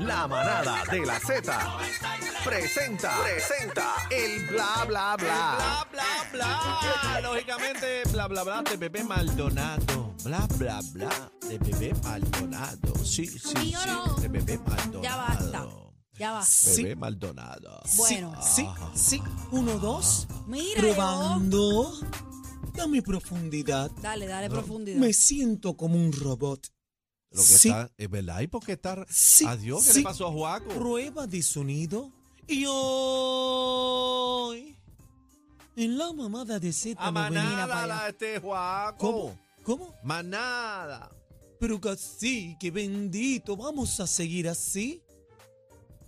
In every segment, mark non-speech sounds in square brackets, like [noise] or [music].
La manada de la Z presenta, presenta el bla bla bla. Bla, bla, bla. Lógicamente, bla, bla, bla de Pepe Maldonado. Bla, bla, bla de Pepe Maldonado. Sí, sí, sí. Mío no. De Pepe Maldonado. Ya basta. Ya va. Pepe Ah, Sí, Maldonado. Bueno. sí, sí. Uno, dos. Mira, yo. Probando. Dame profundidad. Dale, dale profundidad. Me siento como un robot. Lo que Sí. está, es verdad, ¿y por qué está? Sí, Adiós, ¿qué sí. le pasó a Juaco? Prueba de sonido. Y hoy. En la mamada de Z. A no venía manada para la allá. de este Juaco. ¿Cómo? ¿Cómo? Manada. Pero casi que bendito. Vamos a seguir así.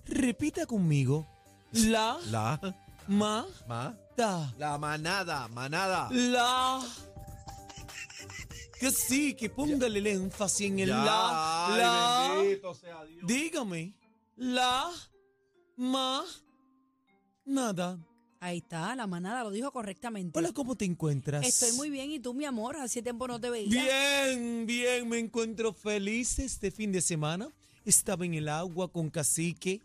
Repita conmigo. La, La. ma, Ma. ta. La manada, manada. La. [laughs] Que sí, que póngale el énfasis en el Ya, ay, la. La. bendito sea Dios. Dígame. La. Ma. Nada. Ahí está, la manada lo dijo correctamente. Hola, ¿cómo te encuentras? Estoy muy bien y tú, mi amor, hace tiempo no te veía. Bien, bien, me encuentro feliz este fin de semana. Estaba en el agua con cacique.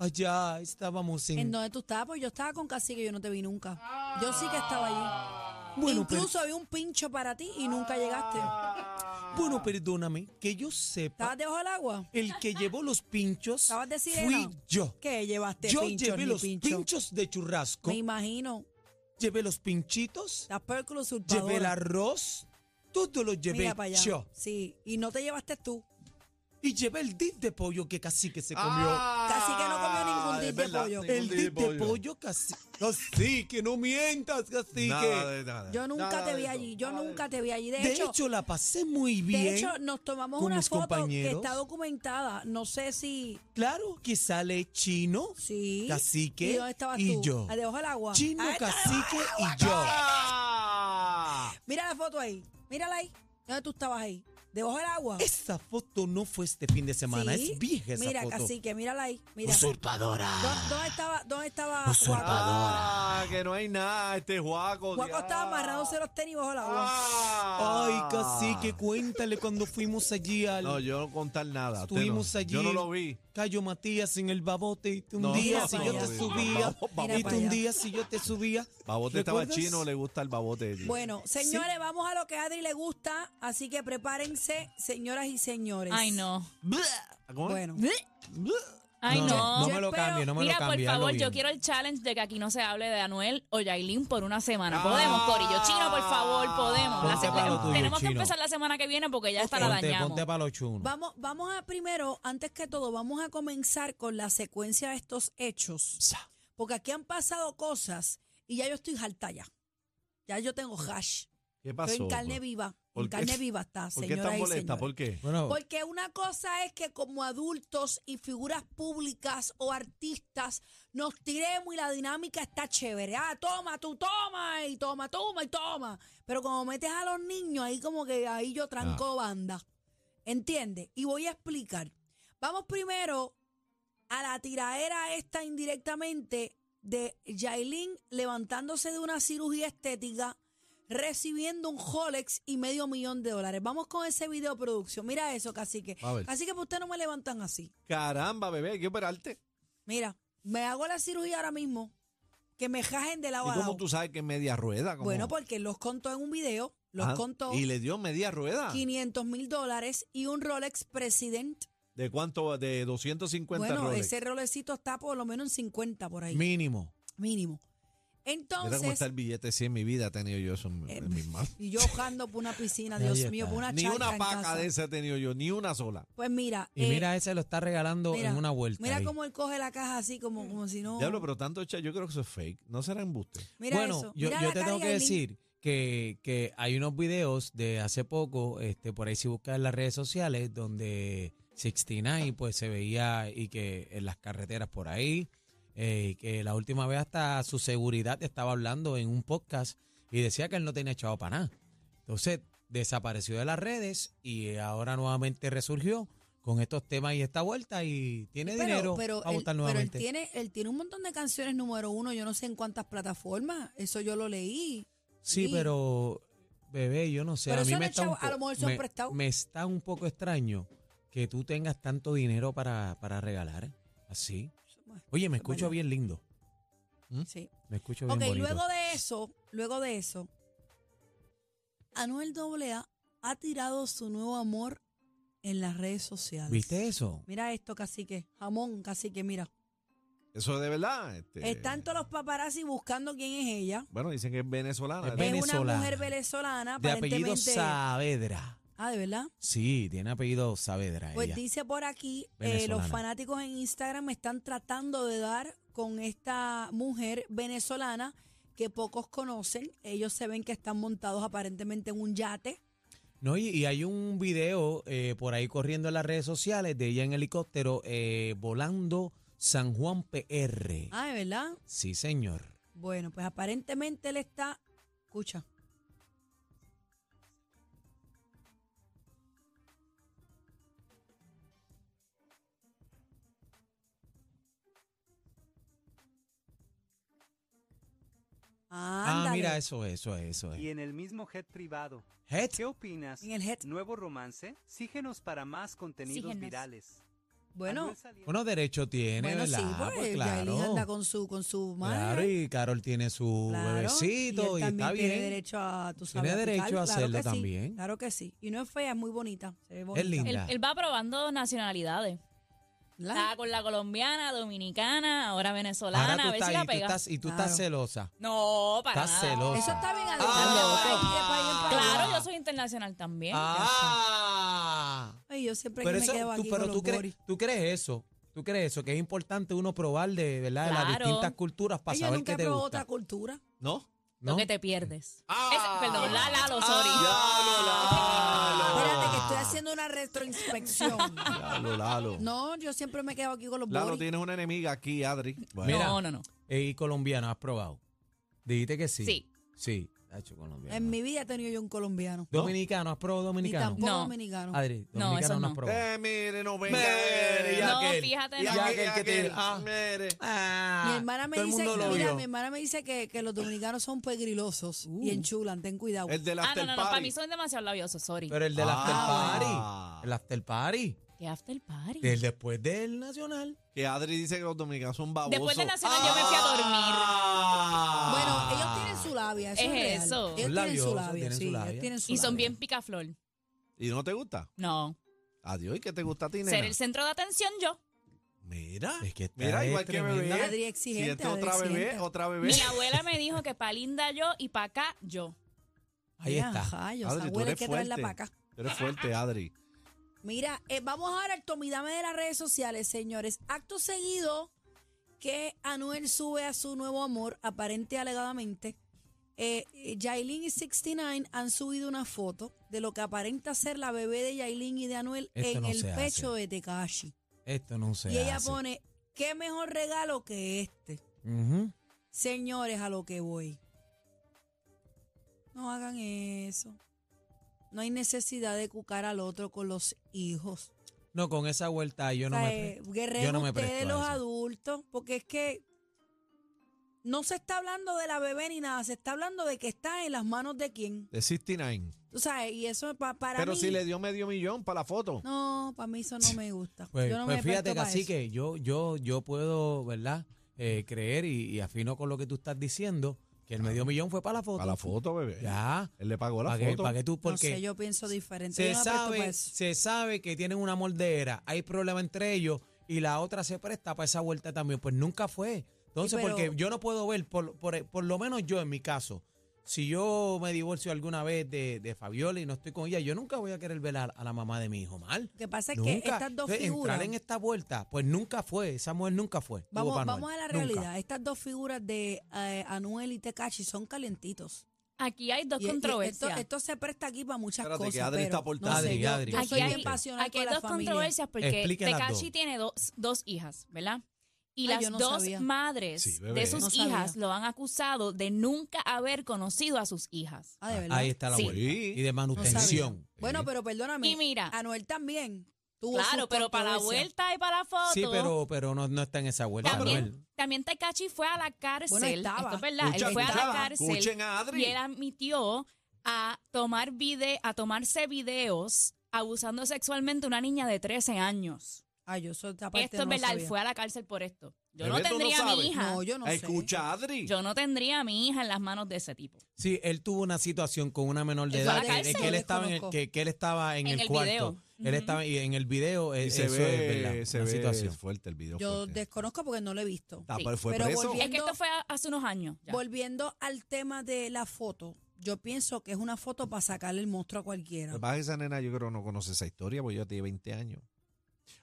Allá estábamos en. ¿En dónde tú estabas? Pues yo estaba con Cacique, yo no te vi nunca. Yo sí que estaba allí. Bueno, pues- pero- Incluso había un pincho para ti y nunca llegaste. Bueno, perdóname, que yo sepa, ¿Estabas debajo del agua? el que llevó los pinchos Estabas de sirena. fui yo. ¿Qué llevaste Yo pinchos llevé ni los pincho? pinchos de churrasco, Me imagino. llevé los pinchitos, Las pérculas llevé el usurpadoras. arroz, todo lo llevé Mira para allá. yo. Sí, y no te llevaste tú. Y llevé el dip de pollo que casi que se comió. Casi Cacique no comió ningún dip de pollo. el dip de pollo casi. Casi que no mientas, casi que. Yo nunca te vi allí, yo nunca te vi allí. De, De hecho, hecho, la pasé muy bien. De hecho, nos tomamos con una mis foto que compañeros. está documentada. No sé si. claro que sale chino, Sí. Cacique ¿Y dónde estabas y tú? yo. Ah, Debajo del agua. chino, Ah, está cacique debajo del agua. y yo. Ah, Mira la foto ahí. Mírala ahí. ¿Dónde tú estabas ahí? Debajo del agua. Esa foto no fue este fin de semana, Sí. es vieja esa Mira, foto. Cacique, mírala ahí. Mira. Usurpadora. ¿Dó- ¿Dónde estaba? ¿Dónde estaba? Guaco? Usurpadora. Ah, que no hay nada, este Juaco. Ah. Guaco estaba amarrándose los tenis bajo el Ah. agua. Ay, cacique, cuéntale cuando fuimos allí al No, yo no contar nada. usted Estuvimos no. allí. Yo no lo vi. Cayo Matías en el babote y tú un No, día no, si no, yo no, te no, subía no, no, y tú no, no. un día si yo te subía. Babote estaba ¿Recuerdas? chino, le gusta el babote. tío. Bueno, señores, vamos a lo que a Adri le gusta. Así que prepárense, señoras y señores. Ay, no. ¿Cómo es? Bueno. Ay, no, no. no, Yo me lo espero- cambie, no me Mira, lo cambie. por hazlo favor, bien. yo quiero el challenge de que aquí no se hable de Anuel o Yailin por una semana. Podemos, Corillo. Chino, por favor, podemos. La Ponte se- para lo tuyo, tenemos Chino. que empezar la semana que viene porque ya está la Ponte, dañamos. ponte para los chunos. Vamos, vamos a primero, antes que todo, vamos a comenzar con la secuencia de estos hechos. Porque aquí han pasado cosas y ya yo estoy jalta ya. Ya yo tengo hash. ¿Qué Yo pasó? pues. en carne viva. ¿Por En qué? carne viva está, ¿Por qué señoras estás y molesta? señores. ¿Por qué? Bueno, Porque una cosa es que como adultos y figuras públicas o artistas nos tiremos y la dinámica está chévere. Ah, toma, tú toma y toma, toma y toma. Pero como metes a los niños ahí como que ahí yo tranco banda. ¿Entiendes? Y voy a explicar. Vamos primero a la tiraera esta indirectamente de Yailin levantándose de una cirugía estética, recibiendo un Rolex y medio millón de dólares. Vamos con ese video producción. Mira eso, cacique. A ver. Así que usted no me levantan así. Caramba, bebé, hay que operarte. Mira, me hago la cirugía ahora mismo, que me jajen de lado ¿Y a cómo lado. tú sabes que es media rueda? ¿Cómo? Bueno, porque los contó en un video, los Ah, contó Y le dio media rueda. 500 mil dólares y un Rolex President. ¿De cuánto? De 250 Bueno, Rolex. ese Rolecito está por lo menos en 50 por ahí. mínimo. mínimo. Mira cómo está el Entonces, billete, sí, en mi vida he tenido yo eso en, Eh, en mis [laughs] manos. y yo ojando por una piscina, Ahí Dios está. mío, por una Ni charca una en paca casa. de esa he tenido yo, ni una sola. Pues mira, Y eh, mira, ese lo está regalando mira, en una vuelta. mira ahí. Mm. cómo él coge la caja así, como, como si no. Diablo, pero tanto hecha, yo creo que eso es fake. No será embuste. mira bueno, eso. yo, mira yo la te cara tengo de que Yailin. decir que, que hay unos videos de hace poco, este, por ahí si buscas en las redes sociales, donde 69 pues se veía y que en las carreteras por ahí, eh, y que la última vez hasta su seguridad estaba hablando en un podcast y decía que él no tenía echado para nada. Entonces desapareció de las redes y ahora nuevamente resurgió con estos temas y esta vuelta y tiene dinero a él, votar pero él nuevamente. tiene, él tiene un montón de canciones número uno, yo no sé en cuántas plataformas. Eso yo lo leí. Sí, Sí. pero bebé, yo no sé. Pero a mí eso me no está es un chavo- a po- lo mejor son me- prestados. me está un poco extraño que tú tengas tanto dinero para, para regalar. ¿eh? Así. Bueno, Oye, me es escucho verdad. bien lindo. Sí. Me escucho bien Ok, bonito. luego de eso, luego de eso, Anuel AA ha tirado su nuevo amor en las redes sociales. ¿Viste eso? Mira esto, cacique. Jamón, cacique, mira. Eso es de verdad. Este, Están todos los paparazzi buscando quién es ella. Bueno, dicen que es venezolana. Es ¿no? vene- Es una Venezolana. mujer venezolana, De apellido aparentemente. Saavedra. ah, de verdad. Sí, tiene apellido Saavedra. Pues ella. dice por aquí, eh, los Venezolana. fanáticos en Instagram están tratando de dar con esta mujer venezolana que pocos conocen. Ellos se ven que están montados aparentemente en un yate. No, y, y hay un video eh, por ahí corriendo en las redes sociales de ella en helicóptero eh, volando San Juan PR. Ah, de verdad. Sí, señor. Bueno, pues aparentemente él está. Escucha. Ah, Ándale, Ah, mira, eso es, eso es, Este eso Y es. en el mismo jet privado. Het, ¿Qué opinas? En el head. Nuevo romance. Síguenos para más contenidos Síguenos. virales. Bueno, Anuel saliendo- Bueno, derecho tiene, bueno sí, ¿verdad? pues, Pues Yailin claro. anda con su, con su madre. Claro, y Carol tiene su Claro, bebecito él y, está también bien. tiene derecho a tu Tiene derecho a hacerlo también. Claro que sí. Y no es fea, es muy bonita. se ve bonita. linda. Él, él va probando nacionalidades. Ah. La- Estaba con la colombiana, dominicana, ahora venezolana, Ahora tú a ver estás si la ahí, tú pega. estás- y tú Claro. estás celosa. No, para Estás nada. celosa. Eso está bien adelante. Ah. de país, de país en país. Claro, yo soy internacional también. Ah, Ay, yo siempre pero que eso, me quedo tú, aquí pero con tú los crees, boris. tú crees eso, tú crees eso, que es importante uno probar de, ¿verdad? de las Claro. distintas culturas para Ay, yo saber nunca qué he te probado gusta. otra cultura. ¿No? Ah. Lo ¿no? que te pierdes. Es- perdón, la Lalo, sorry. Espérate que estoy haciendo una retroinspección. Lalo, Lalo. no, yo siempre me quedo aquí con los Lalo, boris. tienes una enemiga aquí, Adri. Bueno. Mira. No, no, no. Eh, y colombiano, ¿has probado? Dijiste que sí. Sí. Sí, tacho, colombiano. En mi vida he tenido yo un colombiano. Dominicano, ¿has probado Ni dominicano? tampoco No. dominicano. Adri, No, dominicano eso no, has no. probado. Eh, mire, no venga. Mire, y No, aquel, fíjate, y no. aquel que te- aquel, ah. mire. Ah, Mi hermana me todo el dice, mundo lo mira, vio. Uh. mi hermana me dice que, que los dominicanos son pegrilosos y enchulan, ten cuidado. El del Ah, after no, no, no. party. Para mí son demasiado labiosos, sorry. Pero el del after Ah. party. El after party. ¿Qué after party? Del después del nacional. Que Adri dice que los dominicanos son babosos. Ah. Después del nacional yo me fui a dormir. bueno, ellos tienen su labia, eso es, Es real. Ellos eso. Son tienen su Ah. labiosos, labia, tienen su sí, ellos labia. tienen su Y son labia. bien picaflor. ¿Y no te gusta? No. Adiós, ¿y qué te gusta a ti, Ser nena? el centro de atención yo. Mira, Es que esta mira, es igual que tremenda. bebé. Adri exigente, Si esta Adri otra bebé, exigente. otra bebé. Mi abuela me dijo que pa' linda yo y pa' acá yo. Ahí Mira, está. Rayos, Adri, tú abuela, hay eres que traerla fuerte. para acá. Tú eres fuerte, Adri. Mira, eh, vamos ahora al tomidame de las redes sociales, señores. Acto seguido que Anuel sube a su nuevo amor, aparente y alegadamente. eh, eh, Yailin y 69 han subido una foto de lo que aparenta ser la bebé de Yailin y de Anuel Esto en no el se hace. pecho de Tekashi. Esto no se Y ella hace. pone, ¿qué mejor regalo que este? Ujú. Señores, a lo que voy. No hagan eso. No hay necesidad de cucar al otro con los hijos. No, con esa vuelta yo no sea, me... eh, pre- guerreen yo no me ustedes presto a los eso. adultos, porque es que no se está hablando de la bebé ni nada, se está hablando de que está en las manos de quién. De 69. Tú sabes, y eso pa- para Pero mí... si le dio medio millón para la foto. No, para mí eso no me gusta. Pues, yo no pues me fíjate, presto pa' así eso. que yo, yo, yo puedo, ¿verdad? Eh, creer y, y afino con lo que tú estás diciendo, que el medio millón fue para la foto. Para la foto, bebé. Ya. Él le pagó la ¿Para qué, foto. para qué tú? No Porque sé, yo pienso diferente. se, yo no me presto pa' sabe, eso. se sabe que tienen una moldera, hay problema entre ellos y la otra se presta para esa vuelta también. Pues nunca fue. Entonces, Sí, pero- porque yo no puedo ver, por, por, por lo menos yo en mi caso, si yo me divorcio alguna vez de, de Fabiola y no estoy con ella, yo nunca voy a querer ver a, a la mamá de mi hijo mal. Lo que pasa es Nunca. que estas dos Entonces, figuras... Entrar en esta vuelta, pues nunca fue, esa mujer nunca fue. Tuvo Vamos, pa' Noel, vamos a la nunca. realidad. Estas dos figuras de eh, Anuel y Tecachi son calientitos. Aquí hay dos Y- y esto, controversias. esto se presta aquí para muchas Espérate, cosas. que Adri pero está aportando. no sé, Adri, yo- Adri, yo Aquí soy explíquenme. hay, bien pasional aquí con hay la dos familia. controversias porque Expliquen las Tekashi dos. tiene dos, dos hijas, ¿verdad? Y Ay, las yo no dos sabía. madres Sí, bebé. de No sus sabía. hijas lo han acusado de nunca haber conocido a sus hijas. Ah, de verdad. Ahí está la Sí. vuelta. Y de No sabía. manutención. Bueno, pero perdóname. Y mira. Anuel también. Tuvo Claro, sus pero para la controversias. vuelta y para la foto. Sí, pero, pero no, no está en esa vuelta. Noel. También, también Tekashi fue a la cárcel. Bueno, estaba. Esto es verdad. Escucha, él fue a escucha, la cárcel. escuchen a Adri. Y él admitió a tomar vide- a tomarse videos abusando sexualmente a una niña de 13 años. Ay, yo soy esta parte esto es no lo verdad, él sabía. fue a la cárcel por esto. Yo Bebé, no tú no tendría a sabes. mi hija. No, yo no sé. Escucha, Adri. Yo no tendría a mi hija en las manos de ese tipo. Sí, él tuvo una situación con una menor de Eso a la edad que, cárcel. que él estaba en el, Desconozco. que, que él estaba en, En el, el cuarto. video. Él estaba y en el video eh, Y se eso ve, es verdad, se una ve situación. fuerte el video. Yo fuerte. desconozco porque no lo he visto. Ah, Sí. pero fue Pero preso. volviendo- Es que esto fue a- hace unos años. ya. Volviendo al tema de la foto, yo pienso que es una foto para sacarle el monstruo a Lo cualquiera. que pasa es que esa nena yo creo no conoce esa historia porque yo tiene 20 años.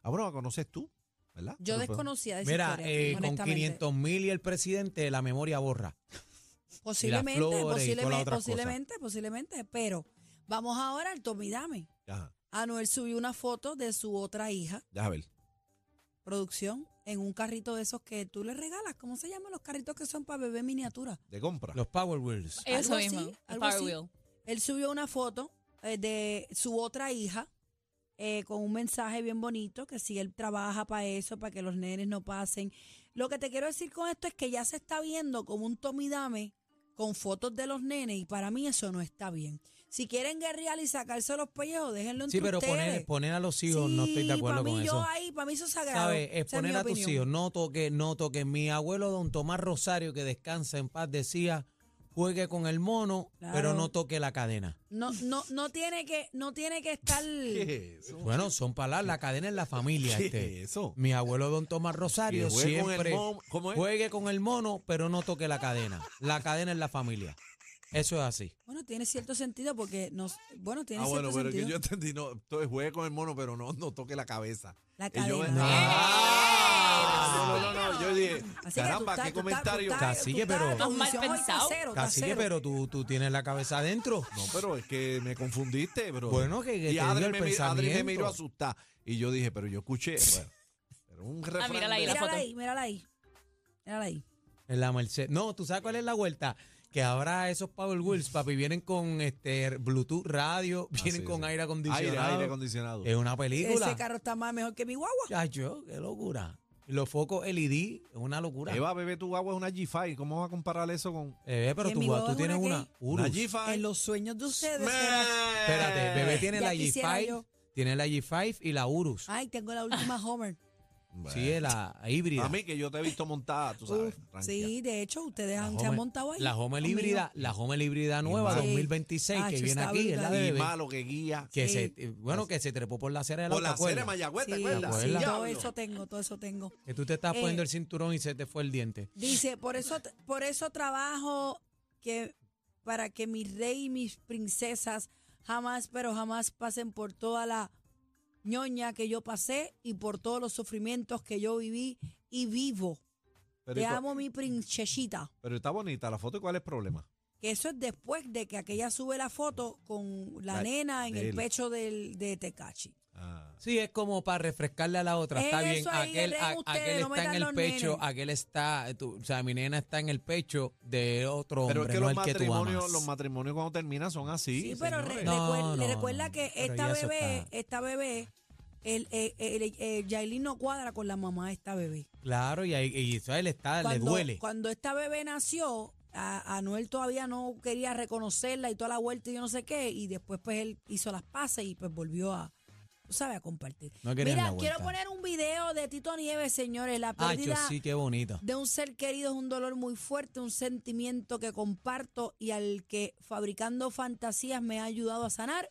Ah, bueno, la conoces tú, ¿verdad? Yo Pero fue- desconocía de esa Mira, historia, eh, con honestamente. 500 mil y el presidente, la memoria borra. Posiblemente, flores y todas las posiblemente, otras cosas. posiblemente, posiblemente, pero vamos ahora al Tomidame. Ajá, Anuel subió una foto de su otra hija, déjame ver. producción, en un carrito de esos que tú le regalas. ¿Cómo se llaman los carritos que son para bebé miniatura? De compra. Los Power Wheels. algo Eso así, mismo. algo Power así. Wheel. Él subió una foto eh, de su otra hija eh, con un mensaje bien bonito, que si él trabaja para eso, para que los nenes no pasen. Lo que te quiero decir con esto es que ya se está viendo como un tomidame con fotos de los nenes y para mí eso no está bien. Si quieren guerrear y sacarse los pellejos, déjenlo en Sí, pero poner, ustedes. poner a los hijos, no estoy de para acuerdo mí con yo eso. ahí, para mí eso es sagrado. ¿Sabes? Esa es mi Exponer a tus opinión. hijos. No toque, no toque. Mi abuelo, don Tomás Rosario, que descansa en paz, decía: juegue con el mono, pero Claro. no toque la cadena. No, no, no tiene que, no tiene que [laughs] estar. ¿Qué es eso? Bueno, son palabras, la cadena es la familia. ¿Qué este. es eso? Mi abuelo Don Tomás Rosario Que juegue con el siempre mon- ¿cómo es? juegue con el mono, pero no toque la cadena. La cadena es la familia. Eso es así. Bueno, tiene cierto sentido porque no. Bueno, tiene Ah, cierto bueno, pero que sentido. yo entendí, no, entonces juegue con el mono, pero no, no toque la cabeza. La Y yo- cadena. No. Ah. No, no, no, no, yo dije, Así que tú caramba, estás- qué tú estás- comentario. tú estás- Cacique, tú estás- pero- tu Mal visión hoy está pensado. cero, está Cacique, cero. pero tú, tú tienes la cabeza adentro. No, pero es que me confundiste, bro. Bueno, que- que y te Adri dio el me, mi- Adri me pensamiento. miró asustada. Y yo dije, pero yo [laughs] escuché. Bueno, pero Ah, un refrán mírala ahí, de- la Mírala foto. ahí, mírala ahí. Mírala ahí. En la Merced. No, tú sabes cuál es la vuelta. Que ahora esos Power Wheels, papi, vienen con este Bluetooth radio, vienen Ah, sí, con sí. aire aire, acondicionado. aire acondicionado. Es una Ese película. carro está más mejor que mi guagua. Chacho, qué locura. Los focos LED, es una locura. Eva, bebé, tu agua es una G5. ¿Cómo vas a comparar eso con Bebé, pero ¿Y tú, mi tú boda es tienes una una. qué? una Urus. G5? En los sueños de ustedes. era- Espérate, bebé tiene Eh, Ya la quisiera yo. Ah. G5, tiene la G5 y la Urus. Ay, tengo la última Homer. Bueno, Sí, es la híbrida. A mí que yo te he visto montada, tú sabes. Uf, tranquila. sí, de hecho, ustedes han, se Homer- han montado ahí. La Homel conmigo. híbrida, la Homel híbrida nueva malo. 2026 Ah, que eso viene está aquí, es la brutal. de Y bebé. malo que guía. Que Sí. Pues se, eh, bueno, que se trepó por la acera de la Por la ¿te acuerdas? acera de Mayagüez, Sí, ¿te acuerdas? sí, acuerdas? todo Diablo. eso tengo, todo eso tengo. Que tú te estabas Eh. poniendo el cinturón y se te fue el diente. Dice, por eso, por eso trabajo que para que mi rey y mis princesas jamás, pero jamás pasen por toda la ñoña que yo pasé y por todos los sufrimientos que yo viví y vivo. Pero, Te ¿y cu- amo, mi princesita. pero está bonita la foto. ¿y ¿Cuál es el problema? Que eso es después de que aquella sube la foto con la, La- nena en de el él. pecho del, de Tecachi. Ah, Sí, es como para refrescarle a la otra. Está Eso bien, ahí, aquel, guerreen a- ustedes, aquel no está en metan el los pecho, nenes. aquel está, tú- o sea, mi nena está en el pecho de otro Pero hombre, es que no los el que tú amas. matrimonios, los matrimonios cuando terminan son así. Sí, pero señores. re- No, recuer- no, recuerda que no, pero esta ya eso bebé, está. esta bebé, el, el, el- el- el Yailin no cuadra con la mamá de esta bebé. Claro, y, ahí, y eso a él está, le duele. Cuando esta bebé nació, a, Anuel todavía no quería reconocerla y toda la vuelta y yo no sé qué, y después pues él hizo las paces y pues volvió a, tú sabes, a compartir. No querían Mira, la vuelta. quiero poner un video de Tito Nieves, señores, la Ah, yo pérdida sí, qué bonito. de un ser querido es un dolor muy fuerte, un sentimiento que comparto y al que fabricando fantasías me ha ayudado a sanar.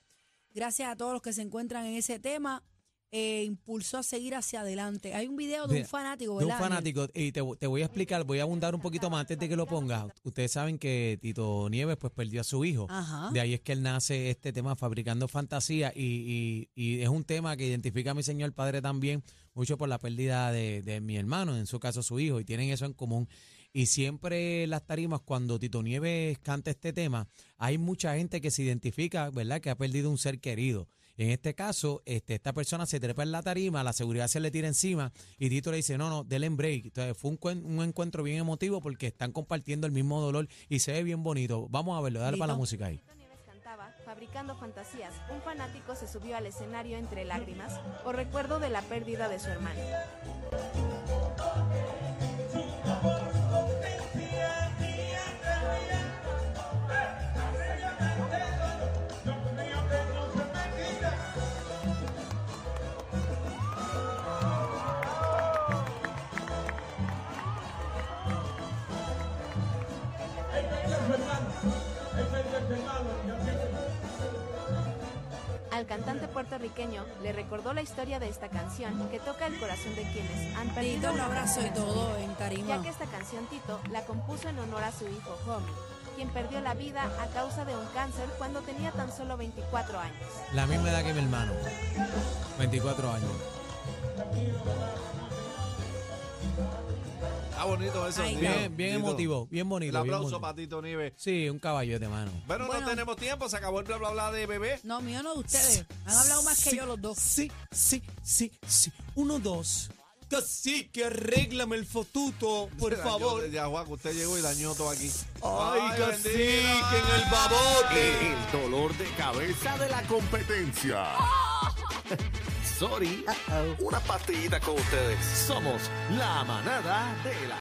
Gracias a todos los que se encuentran en ese tema, eh, impulsó a seguir hacia adelante. Hay un video de Mira, un fanático, De ¿verdad? un Ángel? fanático, y te, te voy a explicar, voy a abundar un poquito más antes de que lo pongas. Ustedes saben que Tito Nieves pues perdió a su hijo. Ajá. De ahí es que él nace este tema Fabricando Fantasía y, y- y es un tema que identifica a mi señor padre también mucho por la pérdida de, de mi hermano, en su caso su hijo, y tienen eso en común. Y siempre en las tarimas, cuando Tito Nieves canta este tema, hay mucha gente que se identifica, ¿verdad?, que ha perdido un ser querido. En este caso, este, esta persona se trepa en la tarima, la seguridad se le tira encima y Tito le dice, no, no, denle en break. Entonces fue un, cuen- un encuentro bien emotivo porque están compartiendo el mismo dolor y se ve bien bonito. Vamos a verlo, dale para la Tito. música ahí. Benito Nieves cantaba, fabricando fantasías, un fanático se subió al escenario entre lágrimas o recuerdo de la pérdida de su hermano. al cantante puertorriqueño le recordó la historia de esta canción que toca el corazón de quienes han perdido Tito, un una abrazo y gran todo amiga, en ya tarima. que esta canción Tito la compuso en honor a su hijo Homie, quien perdió la vida a causa de un cáncer cuando tenía tan solo 24 años. La misma edad que mi hermano. 24 años. Ah, bonito eso. Ay, Tito. Bien, bien Tito. emotivo, bien bonito. El bien aplauso bonito. para Tito Nieves. Sí, un caballote, mano. Bueno, Bueno. no tenemos tiempo, se acabó el bla bla bla de bebé. No, mío no de ustedes. Han hablado más que Sí, yo los dos. Sí, sí, sí, sí. Uno, dos. Casi que arréglame el fotuto, por Se dañó, favor. Ya, Juan, usted llegó y dañó todo aquí. cacique, bendito. babote. El dolor de cabeza de la [laughs] competencia. Sorry. Una pastillita con ustedes. Somos la manada de la